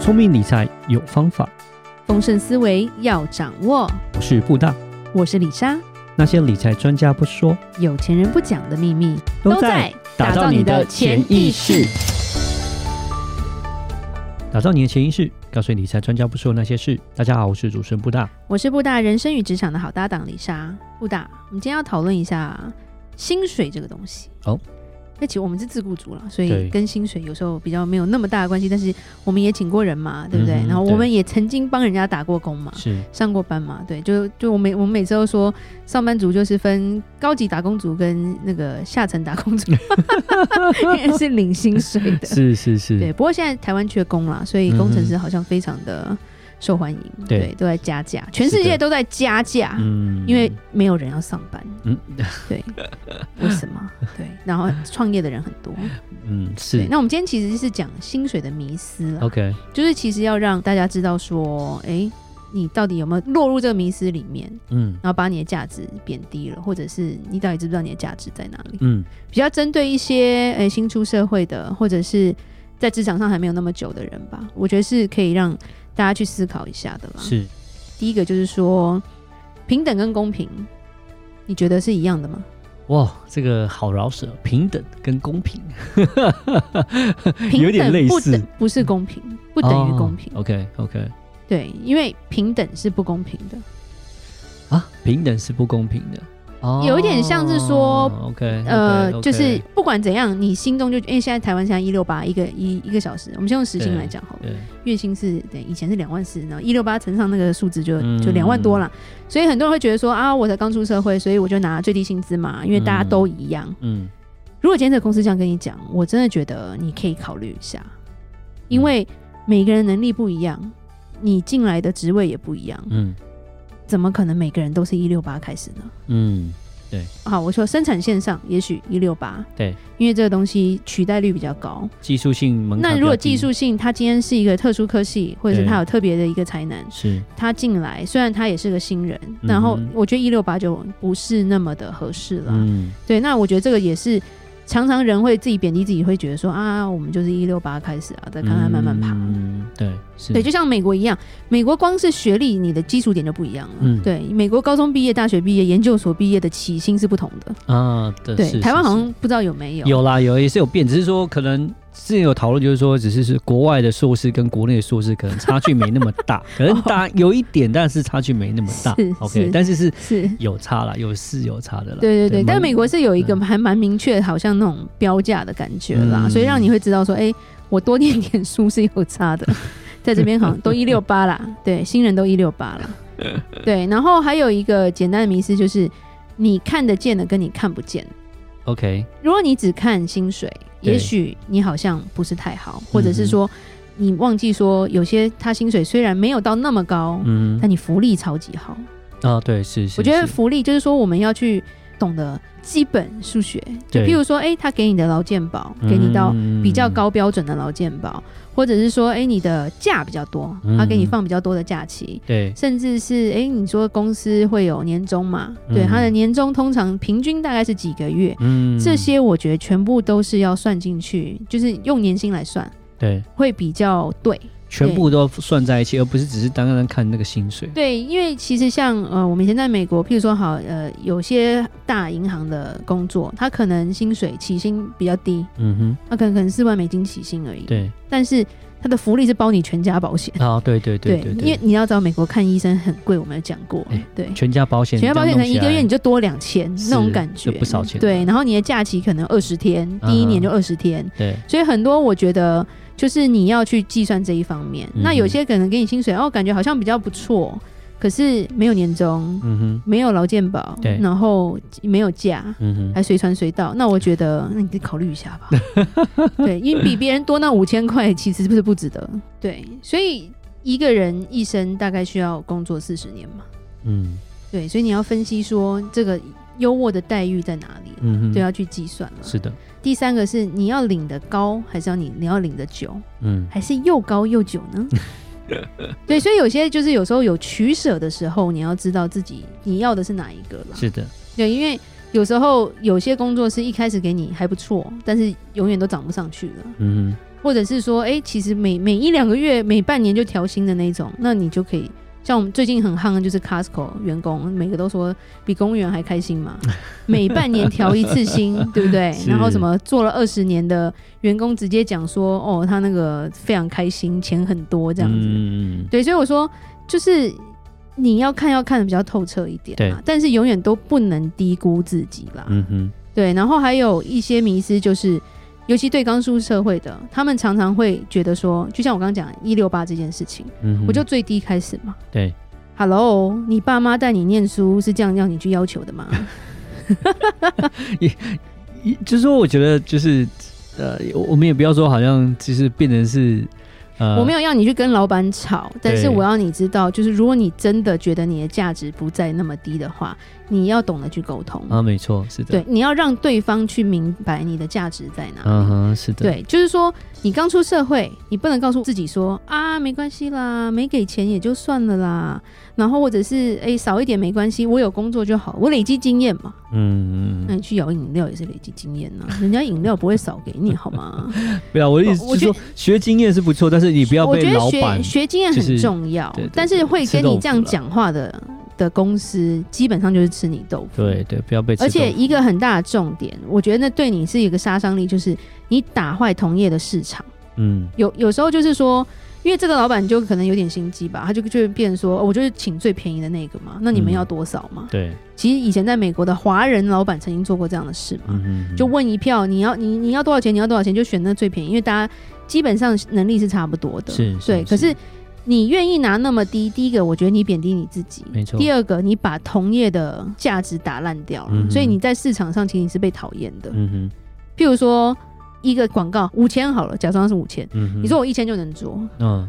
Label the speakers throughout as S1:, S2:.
S1: 聪明理财有方法，
S2: 丰盛思维要掌握。
S1: 我是布大。
S2: 我是李莎，
S1: 那些理财专家不说，
S2: 有钱人不讲的秘密
S1: 打造你的潜意识。，打造你的潜意识，告诉你理财专家不说的那些事。大家好，我是主持人布大。
S2: 我是布大人生与职场的好搭档李莎。布大，我们今天要讨论一下薪水这个东西。
S1: 哦，
S2: 那其实我们是自雇主了，所
S1: 对
S2: 以跟薪水有时候比较没有那么大的关系。但是我们也请过人嘛，对不对？
S1: 嗯哼
S2: 然后
S1: 对
S2: 我们也曾经帮人家打过工嘛。
S1: 是，
S2: 上过班嘛？对，就就我每我们每次都说，上班族就是分高级打工族跟那个下层打工 族，因为是领薪水的。
S1: 是是是
S2: 对，，不过现在台湾缺工啦，所以工程师好像非常的受欢迎，
S1: 对
S2: 都在加价，全世界都在加价，
S1: 嗯
S2: 因为没有人要上班，
S1: 嗯
S2: 对，为什么？对，然后创业的人很多，
S1: 嗯
S2: 对，
S1: 是
S2: 那我们今天其实是讲薪水的迷思啦，
S1: OK，
S2: 就是其实要让大家知道说，哎，你到底有没有落入这个迷思里面，
S1: 嗯
S2: 然后把你的价值贬低了，或者是你到底知不知道你的价值在哪里？
S1: 嗯
S2: 比较针对一些呃新出社会的，或者是在职场上还没有那么久的人吧，我觉得是可以让大家去思考一下的啦。
S1: 是
S2: 第一个就是说，平等跟公平，你觉得是一样的吗？
S1: 哇，这个好饶舌，平等跟公平，
S2: 平
S1: 有点类
S2: 等不
S1: 似哦
S2: 等不是公平，不等于公平。
S1: OK OK
S2: 对，因为平等是不公平的。
S1: 啊，平等是不公平的。哦
S2: 有一点像是说
S1: OK，
S2: 呃就是不管怎样，你心中就因为现在台湾现在一六八一个一一个小时，我们先用时薪
S1: 对
S2: 来讲好了。
S1: 对，
S2: 月薪是对以前是两万四，然后一六八乘上那个数字就
S1: 嗯
S2: 就两万多了，所以很多人会觉得说啊，我才刚出社会，所以我就拿最低薪资嘛，因为大家都一样。
S1: 嗯
S2: 如果今天这个公司这样跟你讲，我真的觉得你可以考虑一下，
S1: 嗯
S2: 因为每个人能力不一样，你进来的职位也不一样，
S1: 嗯
S2: 怎么可能每个人都是一六八开始呢？
S1: 嗯，
S2: 好，我说生产线上也许一六八，
S1: 对，
S2: 因为这个东西取代率比较高。
S1: 技术性门槛比较低。
S2: 那如果技术性，它今天是一个特殊科系，或者是
S1: 对
S2: 它有特别的一个才能，
S1: 是
S2: 他进来，虽然他也是个新人，
S1: 嗯哼
S2: 然后我觉得一六八就不是那么的合适了。
S1: 嗯
S2: 对，那我觉得这个也是常常人会自己贬低自己，会觉得说啊，我们就是一六八开始啊，再看看慢慢爬。
S1: 嗯，对，是，
S2: 对，就像美国一样，美国光是学历，你的基础点就不一样了。
S1: 嗯
S2: 对，美国高中毕业、大学毕业、研究所毕业的起薪是不同的。
S1: 啊，对，
S2: 对，
S1: 是
S2: 台湾
S1: 是
S2: 好
S1: 是
S2: 像不知道有没有。
S1: 有啦，有也是有变，只是说可能之前有讨论，就是说只是是国外的硕士跟国内的硕士可能差距没那么 大，可能大有一点，但是差距没那么大
S2: 是。
S1: OK，
S2: 是
S1: 但是是
S2: 是，
S1: 有差啦，有是有差的啦。
S2: 对对对，但
S1: 蛮
S2: 美国是有一个还蛮明确，好像那种标价的感觉啦，
S1: 嗯
S2: 所以让你会知道说，哎、我多念点书是有 差的，在这边好像都一六八啦，对，新人都一六八 啦，对，然后还有一个简单的迷思就是，你看得见的跟你看不见，
S1: OK，
S2: 如果你只看薪水，
S1: 对嗯
S2: 也许你好像不是太好，或者是说你忘记说，有些他薪水虽然没有到那么高，
S1: 嗯
S2: 但你福利超级好，
S1: 啊，对，是是，
S2: 哎我觉得
S1: 是
S2: 福利就是说我们要去懂得基本数学，就
S1: 对
S2: 譬如说，哎、他给你的劳健保，给你到比较，
S1: 嗯
S2: 高标准的劳健保，或者是说，哎、你的假比较多，他给你
S1: 嗯
S2: 放比较多的假期。
S1: 对，
S2: 甚至是哎、你说公司会有年终嘛？对，
S1: 嗯
S2: 他的年终通常平均大概是几个月，
S1: 嗯
S2: 这些我觉得全部都是要算进去，就是用年薪来算
S1: 嗯对，
S2: 会比较对。
S1: 全部都算在一起，而不是只是单单看那个薪水。
S2: 对，因为其实像呃，我们以前在美国，譬如说好呃，有些大银行的工作，它可能薪水起薪比较低，
S1: 嗯哼，
S2: 它可能可能四万美金起薪而已。，
S1: 对，
S2: 但是它的福利是包你全家保险。
S1: 啊，对对对对，对
S2: 因为你要知道，美国看医生很贵，我们有讲过。
S1: 哎
S2: 对，
S1: 全家保险
S2: 全
S1: 这样
S2: 家保
S1: 弄
S2: 险
S1: 起来，
S2: 可能一个月你就多两千那种
S1: 是
S2: 感觉，
S1: 就不少钱嗯
S2: 对，然后你的假期可能二十天，第一年就二十天，
S1: 对，
S2: 所以很多我觉得就是你要去计算这一方面。
S1: 嗯哼
S2: 那有些可能给你薪水哦，感觉好像比较不错，可是没有年终，
S1: 嗯哼，
S2: 没有劳健保，
S1: 对
S2: 然后没有假。
S1: 嗯哼，
S2: 还随传随到，那我觉得，那你得考虑一 下吧。对，因为比别人多那五千块，其实不是不值得。对，所以一个人一生大概需要工作四十年嘛。
S1: 嗯
S2: 对，所以你要分析说这个优渥的待遇在哪里，
S1: 嗯哼，
S2: 对，，要啊去计算了。
S1: 是的，
S2: 第三个是你要领的高，还是要你你要领的久？
S1: 嗯
S2: 还是又高又久呢？对，所以有些就是有时候有取舍的时候，你要知道自己你要的是哪一个啦。
S1: 是的，
S2: 对，因为有时候有些工作是一开始给你还不错，但是永远都涨不上去了。
S1: 嗯哼，
S2: 或者是说，哎、其实每每一两个月、每半年就调薪的那种，那你就可以。像我们最近很夯的就是 Costco 员工，每个都说比公务员还开 心嘛，每半年调一次薪，对不对？
S1: 是
S2: 然后什么做了二十年的员工直接讲说，哦，他那个非常开心，钱很多这样子。
S1: 嗯，
S2: 对，所以我说就是你要看要看的比较透彻一点
S1: 对
S2: 啦，但是永远都不能低估自己啦。
S1: 嗯哼，
S2: 对，然后还有一些迷思，就是尤其对刚出社会的，他们常常会觉得说，就像我刚刚讲一六八这件事情，
S1: 嗯哼，
S2: 我就最低开始嘛。
S1: 对，
S2: Hello，你爸妈带你念书是这样让你去要求的吗？
S1: 嗯一就是说，我觉得就是呃，我我们也不要说好像就是变成是呃，
S2: 我没有要你去跟老板吵，但是
S1: 对
S2: 我要你知道，就是如果你真的觉得你的价值不再那么低的话，你要懂得去沟通。
S1: 啊，没错，是的，
S2: 对，，你要让对方去明白你的价值在哪里。
S1: 嗯哼，是的，，
S2: 对，就是说你刚出社会，你不能告诉自己说啊，没关系啦，没给钱也就算了啦，然后或者是哎、少一点没关系，我有工作就好，我累积经验嘛。
S1: 嗯嗯
S2: 那
S1: 嗯，
S2: 你去摇饮料也是累积经验呐、啊人家饮料不会少给你好吗？
S1: 不要，啊我的意思
S2: 我我
S1: 就是说学经验是不错，但是你不 要
S2: 我
S1: 被
S2: 觉
S1: 老
S2: 得
S1: 板
S2: 学学经验
S1: 就是
S2: 很重要，
S1: 对对
S2: 但是会
S1: 吃
S2: 跟
S1: 豆
S2: 你
S1: 腐
S2: 这样
S1: 啦
S2: 讲话的的公司，基本上就是吃你豆腐。
S1: 对对，不要被吃
S2: 而且
S1: 豆腐
S2: 一个很大的重点，我觉得那对你是一个杀伤力，就是你打坏同业的市场。
S1: 嗯
S2: 有有时候就是说，因为这个老板就可能有点心机吧，他就就会变成说、哦我就是请最便宜的那个嘛，那你们
S1: 嗯
S2: 要多少嘛？
S1: 对，
S2: 其实以前在美国的华人老板曾经做过这样的事嘛，
S1: 嗯哼，
S2: 就问一票，你要你你要多少钱，你要多少钱，就选那最便宜，因为大家基本上能力是差不多的，
S1: 是
S2: 对。可是你愿意拿那么低，第一个我觉得你贬低你自己，
S1: 没错
S2: 第二个你把同业的价值打烂掉了，
S1: 嗯哼
S2: 所以你在市场上其实你是被讨厌的。
S1: 嗯哼
S2: 譬如说一个广告五千好了，假装是五千，
S1: 嗯哼，
S2: 你说我一千就能做，
S1: 嗯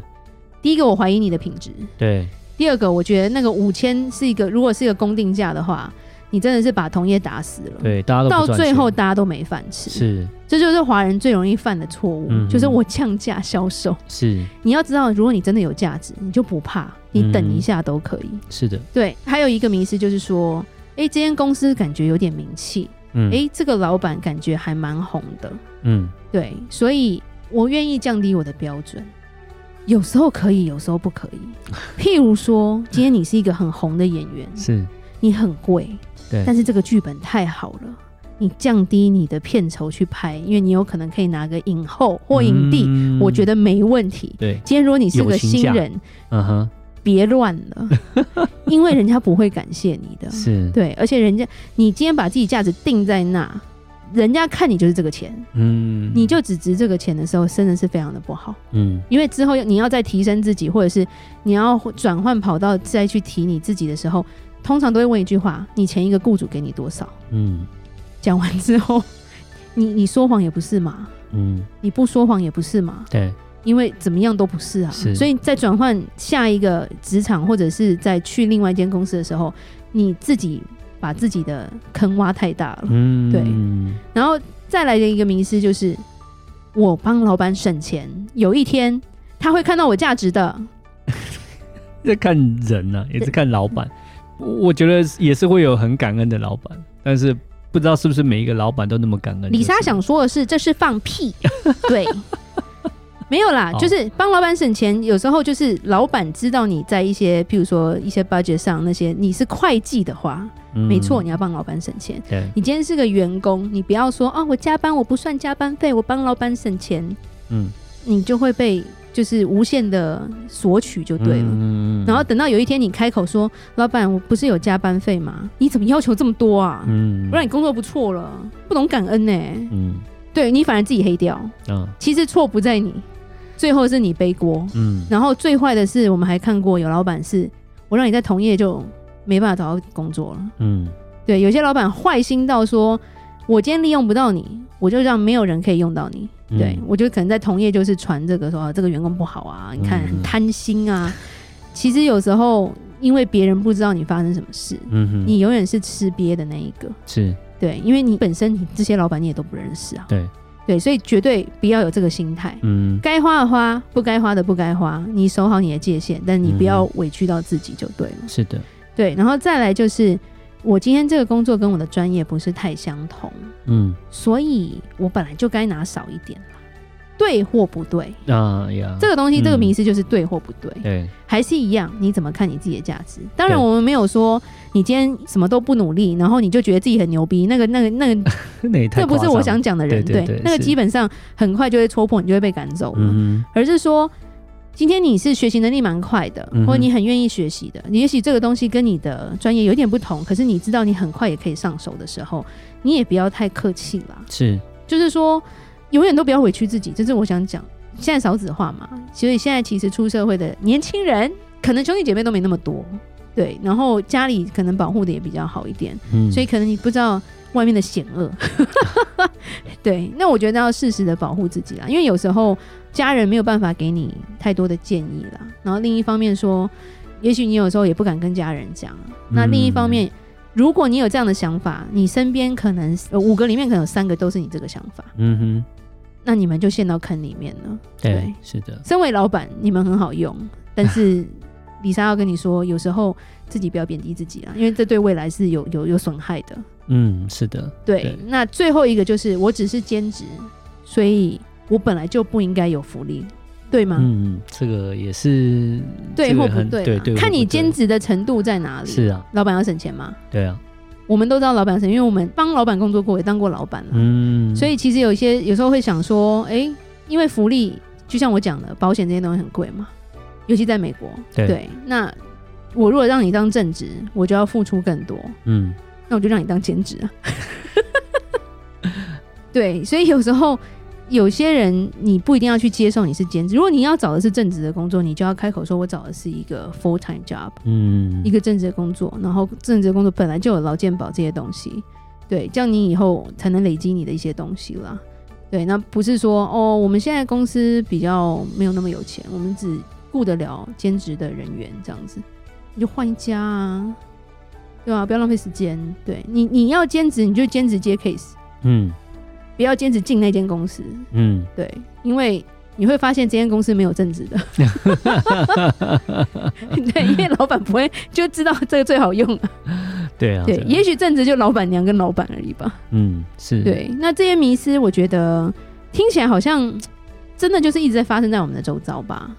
S2: 第一个我怀疑你的品质，
S1: 对，
S2: 第二个我觉得那个五千是一个如果是一个公定价的话，你真的是把同业打死了。
S1: 对，大家都不
S2: 到
S1: 赚
S2: 最
S1: 钱
S2: 后，大家都没饭吃，
S1: 是
S2: 这就是华人最容易犯的错误，
S1: 嗯
S2: 就是我降价销售。
S1: 是
S2: 你要知道，如果你真的有价值，你就不怕，你等一下都可以。
S1: 是的，
S2: 对，还有一个迷思就是说，哎，这间公司感觉有点名气，
S1: 嗯
S2: 哎、这个老板感觉还蛮红的，
S1: 嗯
S2: 对，所以我愿意降低我的标准。有时候可以，有时候不可以。 譬如说，今天你是一个很红的演员，
S1: 是
S2: 你很贵，
S1: 对
S2: 但是这个剧本太好了，你降低你的片酬去拍，因为你有可能可以拿个影后或影帝，
S1: 嗯
S2: 我觉得没问题。
S1: 对，
S2: 今天如果你是
S1: 友
S2: 个
S1: 情
S2: 新
S1: 价
S2: 人，
S1: 嗯哼
S2: 别乱 了，因为人家不会感谢你的。
S1: 是，
S2: 嗯对，而且人家你今天把自己价值定在那，人家看你就是这个钱，
S1: 嗯，
S2: 你就只值这个钱的时候，真的是非常的不好。
S1: 嗯
S2: 因为之后你要再提升自己，或者是你要转换跑道再去提你自己的时候，通常都会问一句话：你前一个雇主给你多少？
S1: 嗯
S2: 讲完之后， 你你说谎也不是嘛，
S1: 嗯
S2: 你不说谎也不是嘛，
S1: 对，
S2: 因为怎么样都不是啊。
S1: 是
S2: 所以在转换下一个职场，或者是在去另外一间公司的时候，你自己把自己的坑挖太大了。
S1: 嗯
S2: 对
S1: 嗯
S2: 然后再来的一个迷思就是，我帮老板省钱，有一天他会看到我价值的。
S1: 在看人啊呢、也是看老板。我我觉得也是会有很感恩的老板，但是不知道是不是每一个老板都那么感恩。
S2: 李莎想说的是，这是放 屁，对。没有啦，
S1: 好
S2: 就是帮老板省钱。有时候就是老板知道你在一些，譬如说一些 budget 上那些，你是会计的话，
S1: 嗯
S2: 没错，你要帮老板省钱。
S1: 对，
S2: 你今天是个员工，你不要说啊，我加班我不算加班费，我帮老板省钱，
S1: 嗯，
S2: 你就会被就是无限的索取就对了。
S1: 嗯
S2: 然后等到有一天你开口说，老板，我不是有加班费吗？你怎么要求这么多啊？
S1: 嗯
S2: 不然你工作不错了，不懂感恩呢、
S1: 嗯
S2: 对你反而自己黑掉，
S1: 啊
S2: 其实错不在你，最后是你背锅。
S1: 嗯
S2: 然后最坏的是，我们还看过有老板是，我让你在同业就没办法找到工作了。
S1: 嗯
S2: 对，有些老板坏心到说，我今天利用不到你，我就让没有人可以用到你。
S1: 嗯
S2: 对我就可能在同业就是传这个说、啊这个员工不好啊，你看
S1: 嗯
S2: 很贪心啊。其实有时候因为别人不知道你发生什么事，
S1: 嗯哼，
S2: 你永远是吃瘪的那一个。
S1: 是
S2: 对，因为你本身你这些老板你也都不认识啊。
S1: 对，
S2: 对，所以绝对不要有这个心态。
S1: 嗯
S2: 该花的花，不该花的不该花，你守好你的界限，但你不
S1: 嗯
S2: 要委屈到自己就对了。
S1: 是的，
S2: 对，然后再来就是，我今天这个工作跟我的专业不是太相同，
S1: 嗯
S2: 所以我本来就该拿少一点啦。对或不对，
S1: 啊呀，
S2: 这个东西这个
S1: 嗯
S2: 迷思就是对或不对，
S1: 对
S2: 还是一样，你怎么看你自己的价值？当然，
S1: 对
S2: 我们没有说你今天什么都不努力，然后你就觉得自己很牛逼，那个、那个、 那个，
S1: 那也太
S2: 这不是
S1: 夸张
S2: 我
S1: 了
S2: 想讲的人，
S1: 对对对
S2: 那个
S1: 是
S2: 基本上很快就会戳破，你就会被赶走了。
S1: 嗯
S2: 而是说，今天你是学习能力蛮快的，
S1: 嗯哼
S2: 或者你很愿意学习的，你也许这个东西跟你的专业有点不同，可是你知道你很快也可以上手的时候，你也不要太客气啦。
S1: 哼，是
S2: 就是说，永远都不要委屈自己，这是我想讲。现在少子化嘛，所以现在其实出社会的年轻人，可能兄弟姐妹都没那么多，对，然后家里可能保护的也比较好一点，
S1: 嗯，
S2: 所以可能你不知道外面的险恶。 对，那我觉得要适时的保护自己啦，因为有时候家人没有办法给你太多的建议啦。然后另一方面说，也许你有时候也不敢跟家人讲啊。那另一方面，如果你有这样的想法，你身边可能呃五个里面可能有三个都是你这个想法，
S1: 嗯
S2: 那你们就陷到坑里面了。
S1: 哼，对
S2: 对，
S1: 是的，
S2: 身为老板，你们很好用，但是李莎要跟你说，有时候自己不要贬低自己啊，因为这对未来是有有有损害的。
S1: 嗯，是的，
S2: 对，
S1: 对
S2: 那最后一个就是，我只是兼职，所以我本来就不应该有福利，对吗？
S1: 嗯，这个也是
S2: 对
S1: 这个
S2: 或不
S1: 很
S2: 对
S1: 对
S2: 嘛
S1: 对或
S2: 看
S1: 不
S2: 你
S1: 对
S2: 兼职的程度在哪里。
S1: 是啊，
S2: 老板要省钱吗？
S1: 对啊，
S2: 我们都知道老板省，因为我们帮老板工作过，也当过老板了。
S1: 嗯，
S2: 所以其实有一些有时候会想说，诶，因为福利，就像我讲的，保险这些东西很贵嘛，尤其在美国。
S1: 对
S2: 那我如果让你当正职，我就要付出更多，
S1: 嗯，
S2: 那我就让你当兼职啊。 对，所以有时候有些人你不一定要去接受你是兼职，如果你要找的是正职的工作，你就要开口说，我找的是一个 full time job。
S1: 嗯
S2: 一个正职的工作，然后正职的工作本来就有劳健保这些东西，对，这样你以后才能累积你的一些东西啦。对，那不是说哦，我们现在公司比较没有那么有钱，我们只顾得了兼职的人员这样子，你就换一家啊，对啊，不要浪费时间。对你，你要兼职你就兼职接 case，
S1: 嗯
S2: 不要兼职进那间公司，
S1: 嗯，
S2: 对，因为你会发现这间公司没有正职的， 对，因为老板不会就知道这个最好用啊。
S1: 对啊，
S2: 对，
S1: 啊
S2: 也许正职就老板娘跟老板而已吧。
S1: 嗯是，
S2: 对，那这些迷思，我觉得听起来好像嘖真的就是一直在发生在我们的周遭吧。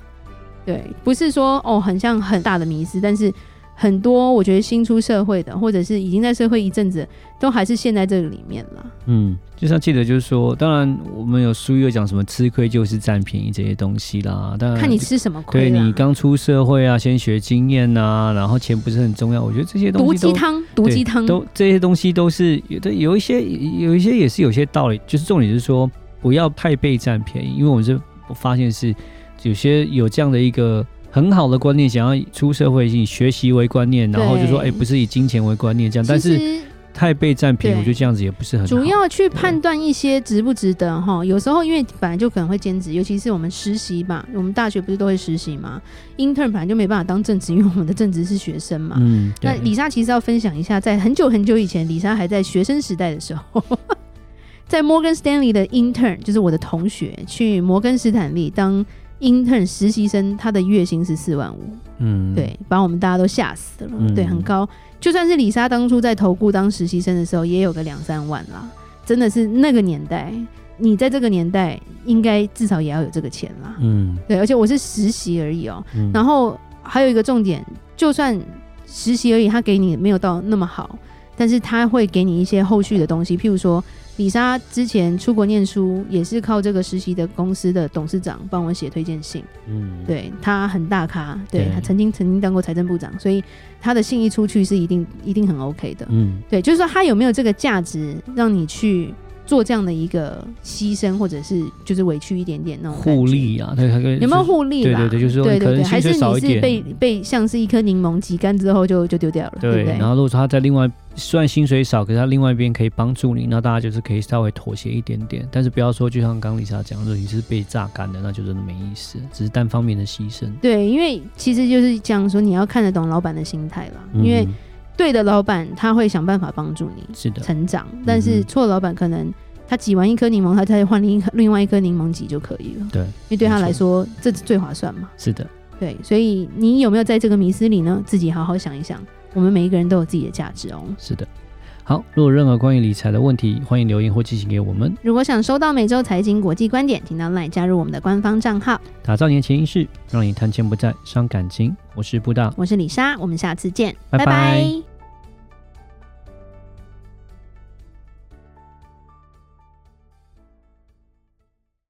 S2: 对，不是说哦，很像很大的迷思，但是很多我觉得新出社会的，或者是已经在社会一阵子，都还是陷在这个里面了。
S1: 嗯，就像记得就是说，当然我们有书有讲什么吃亏就是占便宜这些东西啦，当然
S2: 看你吃什么
S1: 嗯
S2: 亏
S1: 对
S2: 啦
S1: 你刚出社会啊，先学经验呐、然后钱不是很重要，我觉得这些东
S2: 毒
S1: 西都
S2: 鸡汤，毒
S1: 对
S2: 鸡汤，
S1: 都这些东西都是有的，有一些有一些也是有些道理，就是重点是说不要太被占便宜，因为我们是我发现是有些有这样的一个。很好的观念，想要出社会以学习为观念，然后就说，哎、
S2: 对
S1: 不是以金钱为观念这样，但
S2: 其
S1: 是
S2: 实
S1: 太被占便宜，
S2: 对
S1: 我觉得这样子也不是很好。
S2: 主要去判断一些值不值得哈。有时候因为本来就可能会兼职，尤其是我们实习嘛，我们大学不是都会实习嘛，intern 本来就没办法当正职，因为我们的正职是学生嘛。
S1: 嗯，
S2: 那
S1: 对，
S2: 李莎其实要分享一下，在很久很久以前，李莎还在学生时代的时候， 在摩根 Stanley 的 intern，就是我的同学，去摩根斯坦利当 intern 实习生，他的月薪是四万五。
S1: 嗯，
S2: 对，把我们大家都吓死了。
S1: 嗯
S2: 对，很高。就算是李莎当初在投顾当实习生的时候，也有个两三万啦。真的是那个年代，你在这个年代应该至少也要有这个钱啦。
S1: 嗯，
S2: 对，而且我是实习而已哦、
S1: 嗯，
S2: 然后还有一个重点，就算实习而已，他给你没有到那么好，但是他会给你一些后续的东西，譬如说。李莎之前出国念书，也是靠这个实习的公司的董事长帮我写推荐信，
S1: 嗯，
S2: 对他很大咖，对
S1: 对
S2: 他曾经曾经当过财政部长，所以他的信一出去是一定一定很 OK 的。
S1: 嗯，
S2: 对，就是说他有没有这个价值让你去做这样的一个牺牲，或者是就是委屈一点点那种感觉
S1: 互利啊，对，还可以
S2: 有没有
S1: 就是
S2: 互利啦？
S1: 对对对就是说
S2: 对
S1: 可
S2: 对
S1: 能
S2: 对，还
S1: 薪水
S2: 是
S1: 少
S2: 你
S1: 一
S2: 是
S1: 点
S2: 被被像是一颗柠檬挤干之后就就丢掉了，对
S1: 对，
S2: 不对
S1: 然？后如果说他在另外虽然薪水少，可是他另外一边可以帮助你，那大家就是可以稍微妥协一点点，但是不要说就像刚刚丽莎讲，如果你是被榨干的，那就真的没意思，只
S2: 嗯
S1: 是单方面的牺牲。
S2: 对，因为其实就是讲说你要看得懂老板的心态啦，因为
S1: 嗯
S2: 对的老板他会想办法帮助你，
S1: 是的，
S2: 成长，但是
S1: 嗯
S2: 错的老板可能他挤完一颗柠檬，他再换另一颗另外一颗柠檬挤就可以了，
S1: 对，
S2: 因为对
S1: 没
S2: 他
S1: 错
S2: 来说这是最划算嘛。
S1: 是的，
S2: 对，所以你有没有在这个迷思里呢？自己好好想一想。我们每一个人都有自己的价值哦。
S1: 是的。好，如果任何关于理财的问题，欢迎留言或寄信给我们。
S2: 如果想收到每周财经国际观点，请到 LINE 加入我们的官方账号。
S1: 打造你的潜意识，让你谈钱不再伤感情。我是布大，
S2: 我是李莎，我们下次见，
S1: 拜拜
S2: 拜